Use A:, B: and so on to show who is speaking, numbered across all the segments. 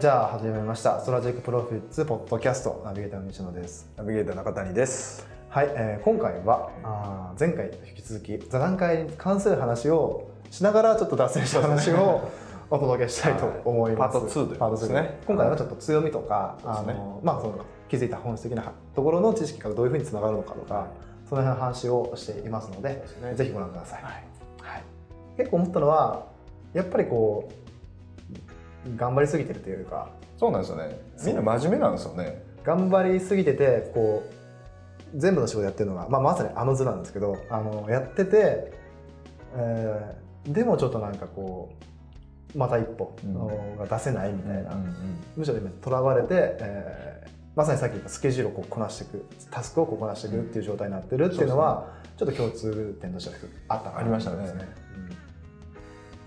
A: じゃあ始めましたストラテジックプロフィッツポッドキャストナビゲーターの西野です
B: ナビゲーター中谷です。
A: はい、えー今回はあー前回と引き続き座談会に関する話をしながらちょっと脱線した話をお届けしたいと思います、
B: はいパート2という
A: パー
B: こ
A: ト
B: とです
A: 2
B: ね
A: ね今回はちょっと強みとか、
B: そうで
A: あ
B: すね
A: のまあその気づいた本質的なところの知識がどういうふうにつながるのかとか、その辺の話をしていますのでぜひご覧ください、
B: はい
A: はい結構思ったのはやっぱりこう頑張りすぎてるというか
B: そうなんですよね。みんな真面目なんですよね。
A: 頑張りすぎててこう全部の仕事やってるのが、まあ、まさにあの図なんですけどあのやってて、えーでもちょっとなんかこうまた一歩
B: うん
A: あのが出せないみたいな、
B: うんうん
A: むしろ今とらわれて、えーまさにさっき言ったスケジュールをこうこなしていくタスクをこうこなしていくっていう状態になってるっていうのは、ちょっと共通点としてあったかな
B: ありましたね
A: ですね。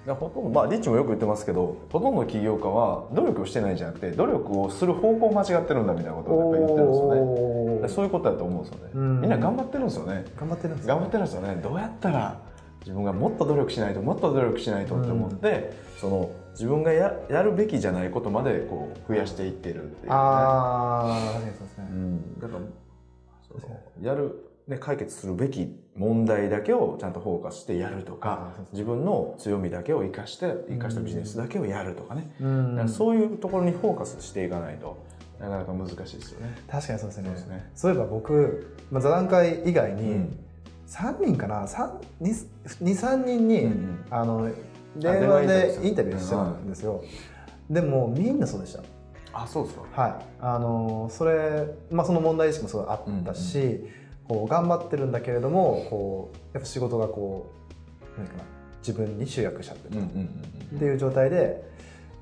B: でほとんどまあリッチもよく言ってますけど、ほとんどの起業家は努力をしてないんじゃなくて、努力をする方向を間違ってるんだみたいなことをやっぱり言ってるんですよね。
A: お
B: で
A: ー
B: そういうことだと思うんですよね。
A: うん
B: みんな頑張ってるんですよね。
A: 頑張ってるんです
B: 頑張ってるんですよね。どうやったら自分がもっと努力しないと、もっと努力しないとって思って、その自分がややるべきじゃないことまでこう増やしていってるっていう、ね。
A: ああ確かにそうですね。
B: うん、だからそのやる、ね、解決するべき問題だけをちゃんとフォーカスしてやるとか
A: あそうそう
B: 自分の強みだけを生かして生かしたビジネスだけをやるとかね、
A: うん
B: だからそういうところにフォーカスしていかないとなかなか難しいですよね。
A: 確かにそうですね
B: そうですね
A: そういえば僕、まあ、座談会以外
B: う
A: に
B: ん
A: 3人かな23人に、
B: うんうん
A: あの
B: 電話
A: 電話
B: イ
A: で
B: ンタビューした
A: インタビューしてたんですよ、でもみんなそうでした
B: あそうですか、
A: はいあのそれ、まあ、その問題意識もすごいあったし、こう頑張ってるんだけれどもこうやっぱ仕事がこう何かな自分に集約しちゃってる
B: うんうんうん
A: っていう状態で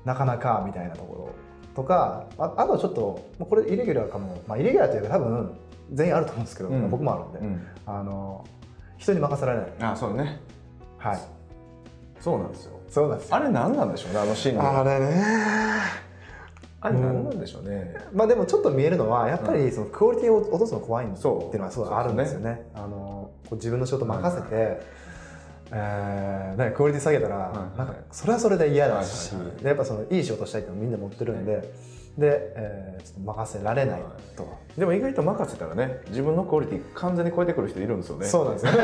A: なかなかみたいなところとかああとちょっとまあこれイレギュラーかも、まあ、イレギュラーというか多分全員あると思うんですけど、
B: うん
A: 僕もあるんで、
B: うんうん
A: あの人に任せられない
B: あそうね
A: はい
B: そうなんですよ
A: そうなんですよ
B: あれ何なんでしょうねあのシーンあ
A: れね
B: あれ何なんでしょうね、
A: まあでもちょっと見えるのはやっぱりそのクオリティを落とすの怖いんです
B: そう
A: っていうのはすごいあるんですよねあのこう自分の仕事任せて、えーなんかクオリティ下げたら、
B: いはい
A: なんかそれはそれで嫌だし、
B: はいはいはい
A: でやっぱそのいい仕事したいっていうのみんな持ってるんで、で、えーちょっと任せられないと、
B: でも意外と任せたらね自分のクオリティ完全に超えてくる人いるんですよね
A: そうなんですよね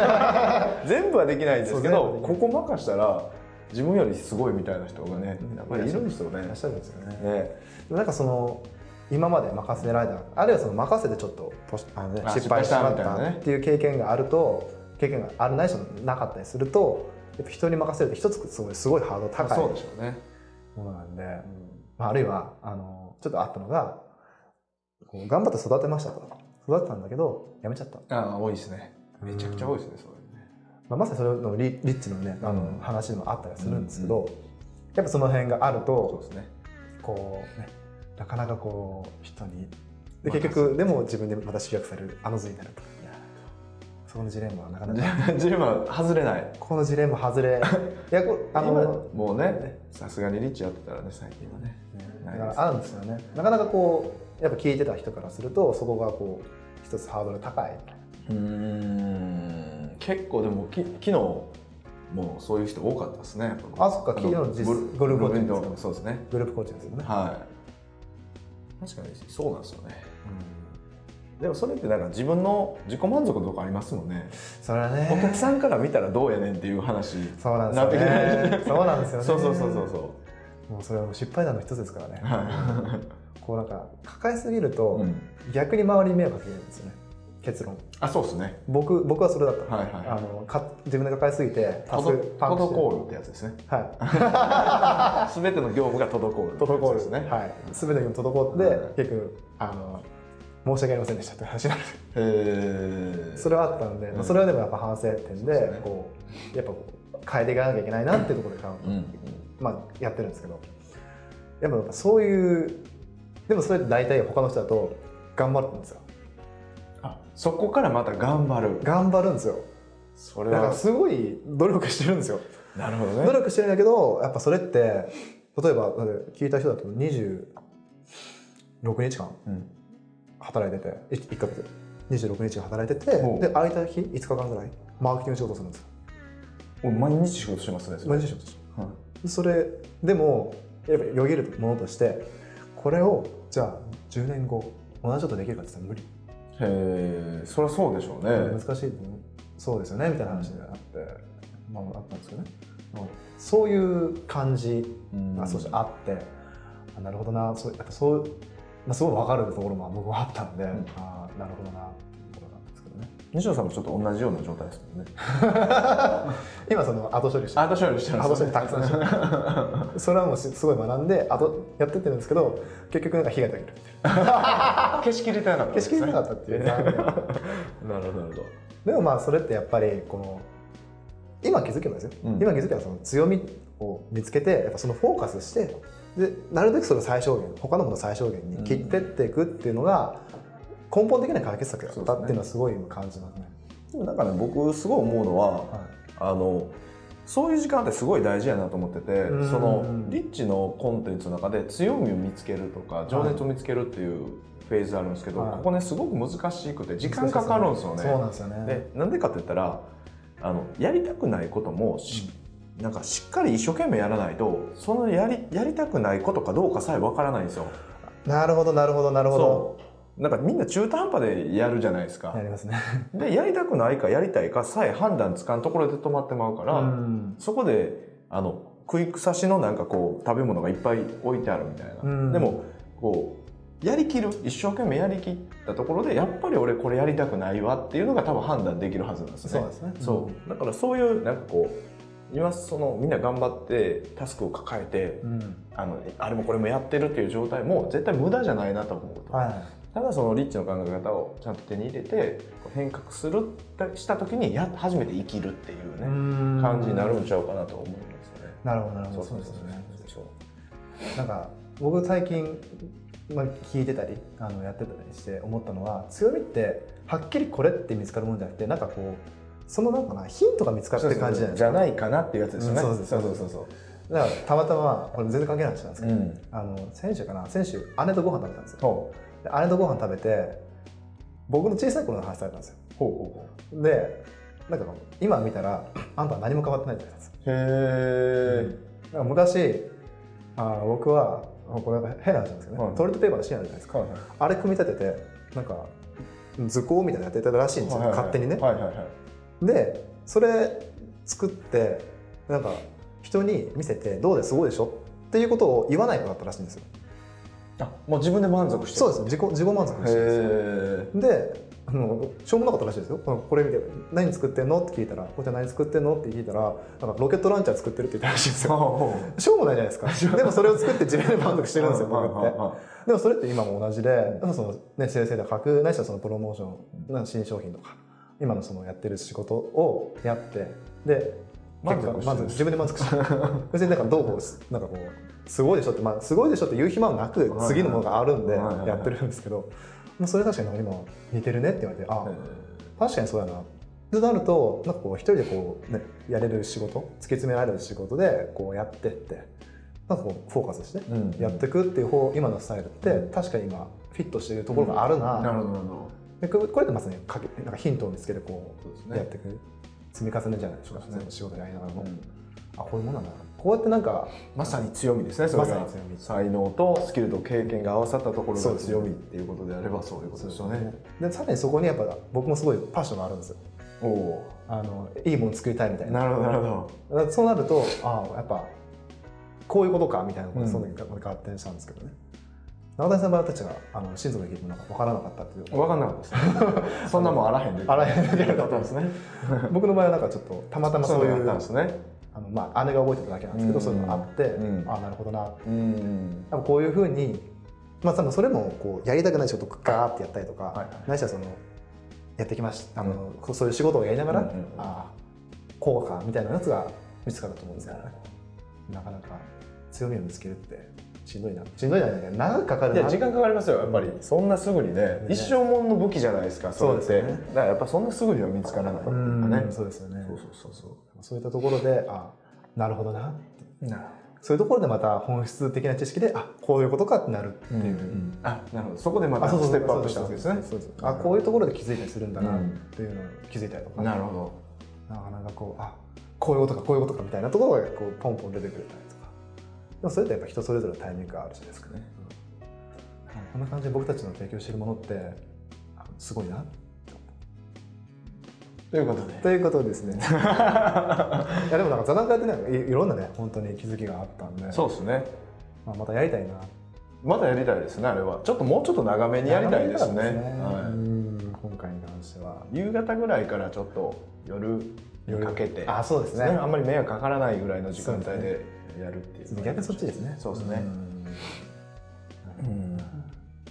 B: 全部はできないんですけ
A: そう全部はで
B: ど
A: きない
B: ここ任したら自分よりすごいみたいな人がね
A: うん
B: やっぱりいるんですよ
A: いら
B: ね
A: っ。しゃるんですよね
B: ね
A: でもなんかその今まで任せられたあるいはその任せてちょっとポシあの、ね、
B: あ
A: 失敗してしまっ
B: 失敗したみたいな
A: た
B: ね
A: っていう経験があると経験があるないしなかったりするとやっぱ人に任せるって一つすごいすごいハードル高い
B: そう
A: も
B: でしょうね。
A: のなんで、まあ、あるいはあのちょっとあったのがこう頑張って育てましたと育てたんだけどやめちゃった、
B: あ多いですね。めちゃくちゃ多いですねそういうね。
A: まあ、まさにそれのリリッチのねあの、
B: うん
A: 話でもあったりするんですけど、やっぱその辺があると
B: そうですね。
A: こうねなかなかこう人にで
B: まあ
A: 結局でも自分でまた集約されるあの図になるとそこのジレンマはなかな か
B: ジェマ外れない。
A: このジレンマ外 れいやこあ
B: あの
A: の
B: もうねさすがにリッチやってたらね最近はね。
A: だからあるんですよねなかなかこうやっぱ聞いてた人からするとそこがこう一つハードル高い
B: うん結構でもき昨日もうそういう人多かったですね。
A: あそっか昨日の実ゴルフコーチですか
B: のそうですね。
A: グループコーチですよね、
B: はい。確かにそうなんですよね。
A: うん
B: でもそれってなんか自分の自己満足のとこありますもんね。
A: それは
B: お客
A: ね
B: さんから見たらどうやねんっていう話。
A: そうなんですよ
B: なって
A: ねそうなんですよね
B: そうそうそうそうそ
A: もうそれはもう失敗談の一つですからね
B: う。は
A: こうなんか抱えすぎる
B: い。う
A: と
B: ん
A: 逆に周りに迷惑かけるんですよね結論
B: あ、そうですね。
A: 僕僕はそれだった
B: はい
A: あ
B: は
A: のか自分で抱えすぎて
B: い。
A: タス
B: 滞
A: クパンチして
B: 滞るってやつですね。
A: はい
B: すべての業務が滞る。
A: 滞る
B: ですね。
A: はい全ての滞って、
B: はい
A: 結局あの申し訳ありませんでしたって話になる
B: へー
A: それはあったんで、ま
B: う
A: あ、
B: ん
A: それはでもやっぱ反省点で
B: ですね
A: こうやっぱこう変えていかなきゃいけないなっていうところで、
B: うん
A: まあ、やってるんですけどやっぱなんかそういうでもそれって大体他の人だと頑張るんですよ
B: あそこからまた頑張る。
A: 頑張るんですよ
B: そ
A: だ
B: れ
A: から
B: は。
A: すごい努力してるんですよ
B: なるほど
A: 努。力してるんだけどやっぱそれって例えば聞いた人だと26日間
B: うん
A: 働いてて1ヶ月26日間働いてて
B: ほう
A: で空いた日5日間ぐらいマーケティング仕事するんですよ
B: 俺毎日仕事しますね。それ
A: 毎日仕事して
B: はい
A: るそれでもやっぱよぎるものとしてこれをじゃあ10年後同じことできるかって言ったら無理、
B: へえそりゃそうでしょうね、
A: 難しいそうですよねみたいな話があって、まああったんですけどねそういう感じが少しあって、あなるほどなそうやっぱそう、まあ、すごい分かるところも僕はあったんで、
B: ん
A: ああなるほどなってところなんですけどね
B: 西野さんもちょっと同じような状態ですもんね
A: 今その後処理して
B: アート処理してる
A: 後処理たくさんしてるそれはもうすすごい学んであとやってってるんですけど結局なんか被害だけ出てる
B: 景色入れたかった
A: 景色見なかったっていう残念
B: なるほどなるほど
A: でもまあそれってやっぱりこの今気づけばですよ、
B: うん
A: 今気づけばその強みを見つけてやっぱそのフォーカスしてでなるべくそれを最小限他のものを最小限に切ってっていくっていうのが根本的な解決策だったっていうのはすごい今感じますね。
B: でもなんかね僕すごい思うのは、あのそういう時間ってすごい大事やなと思ってて
A: うん
B: そのリッチのコンテンツの中で強みを見つけるとか情熱を見つけるっていうフェーズあるんですけど、
A: はい
B: ここねすごく難しくて時間かかるんですよね。
A: そうなんですよね。
B: でなんでかって言ったらあのやりたくないこともしなんかしっかり一生懸命やらないとそのやりやりたくないことかどうかさえわからないんですよ。
A: なるほどなるほどなるほど。
B: そうなんかみんな中途半端でやるじゃないですか
A: な。りますね。
B: でやりたくないかやりたいかさえ判断つかんところで止まってまうから、
A: うん
B: そこであの食い草しのなんかこう食べ物がいっぱい置いてあるみたいな、
A: うん
B: でもこうやりきる一生懸命やりきったところでやっぱり俺これやりたくないわっていうのが多分判断できるはずなんですね。
A: そうですね。
B: そうだからそういうなんかこう今そのみんな頑張ってタスクを抱えて
A: うん。
B: あのあれもこれもやってるっていう状態も絶対無駄じゃないなと思うと、
A: は
B: ただそのリッチの考え方をちゃんと手に入れてこう変革するってした時にや初めて生きるっていう
A: い。
B: ね、
A: ん
B: 感じになるんちゃうかなと思いますね。
A: なるほどなるほど。
B: そう
A: なんか僕最近、まあ、聞いてたりあのやってたりして思ったのは強みってはっきりこれって見つかるもんじゃなくてなんかこうそのなんかなヒントが見つかるって感じじゃないです
B: じゃないかなっていうやつですよね。
A: うんそうそうそう
B: そうそう
A: かだからたまたまこれ全然関係ない話なんです
B: そう。
A: け
B: う
A: ど、
B: ん。
A: あの先週かな先週姉とご飯食べたんですよ
B: ほ
A: で姉とご飯食べて僕の小さい頃の話されたんですよ
B: うほうほ
A: でなんかこう今見たらあんたは何も変わってないって言われたんですよ
B: う。へえ。
A: だから昔あの僕はあこれ変な話なんですけどね、
B: はい
A: トイレットペーパーの芯あるじゃないですか
B: はいはい
A: あれ組み立ててなんか図工みたいなのやってたらしいんですよ、
B: はいはい
A: 勝手にね、
B: はいはいはい。
A: でそれ作ってなんか人に見せてどうですごいでしょっていうことを言わない子だったらしいんですよ
B: あ、もう自分で満足して
A: そうです自己自己満足してるんですよ
B: へえ。
A: であのしょうもなかったらしいですよこれ見て何作ってんのって聞いたらこっちは何作ってんのって聞いたらなんかロケットランチャー作ってるって言ったらしいん ですよ
B: そ
A: しょうもないじゃないですかでもそれを作って自分で満足してるんですよ僕ってでもそれって今も同じで、でもそのね、生成で書く、ないしはそのプロモーション、なんか新商品とか、今のそのやってる仕事をやって、で、
B: 満足してる
A: 結果自分で満足してる。別になんかどうこう、なんかこう、すごいでしょって、まあ、すごいでしょって言う暇もなく
B: いはい、
A: 次のものがあるんで
B: はいはいはい
A: やってるんですけど、もうそれ確かになんか今似てるねって言われて、あ、確かにそうやな。となると、なんかこう、一人でこう、ね、やれる仕事、突き詰められる仕事で、こうやってって、なんかこう、フォーカスして、
B: うん
A: やっていくっていう方今のスタイルって確かに今フィットしてるところがあるな、
B: なるほどなるほど。
A: でこれこれってまさにかけなんかヒントを見つけてこ
B: そうです
A: うやっていく、積み重ねじゃないですか、
B: そうですね
A: 全部仕事やりながらも、
B: うん
A: あこういうもんなんだなこうやってなんか
B: まさに強みですね。それが
A: まさに強み
B: 才能とスキルと経験が合わさったところ
A: そう
B: が
A: です
B: 強みっていうことであればそういうことですよね。
A: でさらにそこにやっぱ僕もすごいパッションがあるんですよ
B: おお
A: あのいいもの作りたいみたい
B: ー。
A: な
B: なるほどなるほど。
A: だからそうなるとああやっぱこういうことかみたいなこと
B: う
A: で
B: ん
A: その時から発展したんですけどね、中谷さんの場合は確かあの親族の聞いてもなんか分からなかったっていう
B: 分かんなか ったですねそんなもんあらへんで
A: あらへんで
B: やったんですね
A: 僕の場合はなんかちょっとたまたまそうい
B: やっ
A: う
B: たんですね
A: あのまあ、姉が覚えてただけなんですけど、
B: うん
A: そういうのがあって、
B: うん
A: あなるほどな
B: うん
A: 多分こういうふうに、まあ、多分それもこうやりたくない仕事をガーってやったりとか、
B: はいはい
A: ないしはそのやってきましたあの、こそういう仕事をやりながら、
B: うんうんうん
A: ああこうかみたいなやつが見つかると思うんですよねなかなか強みを見つけるってしんどいなしんどいじゃない長くかかる
B: い
A: な
B: や時間かかりますよやっぱりそんなすぐにね
A: ね
B: 一生もんの武器じゃないですかそれって
A: そうですよね
B: だからやっぱそんなすぐには見つからないと
A: う
B: か
A: ん、
B: ね
A: そうですよね
B: そうそうそうそう
A: そういったところであなるほどな
B: なる
A: そういうところでまた本質的な知識であこういうことかってなるっていう、
B: あなるほどそこでま
A: あ
B: た
A: そうそう
B: ステップアップしたわけですね
A: そうそうそうあこういうところで気づいたりするんだな
B: う
A: っ
B: ん
A: ていうのを気づいたりとか、
B: なるほど
A: なかなかこうあこういうことかこういうことかみたいなところがこうポンポン出てくれたりとかでもそれってやっぱ人それぞれのタイミングがあるじゃないですかね、こんな感じで僕たちの提供してるものってあすごいな
B: ということで
A: ということ ですねいやでもなんか座談会ってなんかいいろんなね本当に気づきがあったんで、
B: そうですね
A: まあ、またやりたいな
B: まだやりたいですねあれはちょっともうちょっと長めにやりたいですね
A: やりたかったですね
B: は、
A: うん今回に関してはい
B: 夕方ぐらいからちょっと夜にかけて
A: あそうですね
B: あんまり迷惑かからないぐらいの時間帯
A: そう
B: で
A: で
B: やるっていう
A: 逆にそっちですね
B: そうですね
A: うん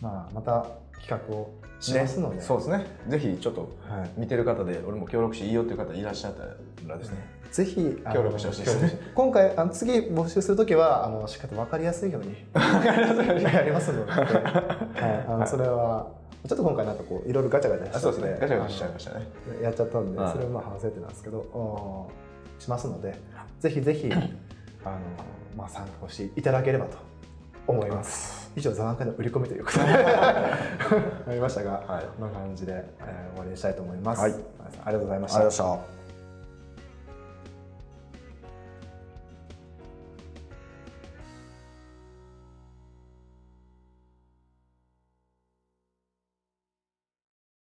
A: まあまた企画をしますので、
B: ねそうですねぜひちょっと
A: はい
B: 見てる方で俺も協力していいよっていう方いらっしゃったらで すね、
A: ぜひあの
B: 協力してほしいですね
A: 協力して今回あの次募集するときはあのしっかりと分かりやすいようにやりますので、はい、あのそれはちょっと今回なんかこういろいろガチャガチャしちゃ
B: あ
A: って
B: そうですねガチャガチャしちゃいましたね
A: やっちゃったんで、
B: はい
A: それはまあ反省点なんですけど、おーしますので、ぜひぜ ひ、あの、まあ、参加をしていただければと思います。以上、座談会の売り込みという ことで、なりましたが、
B: はい
A: こんな感じで、えー終わりにしたいと思います。
B: はい
A: 皆さんありがとうございました。
B: した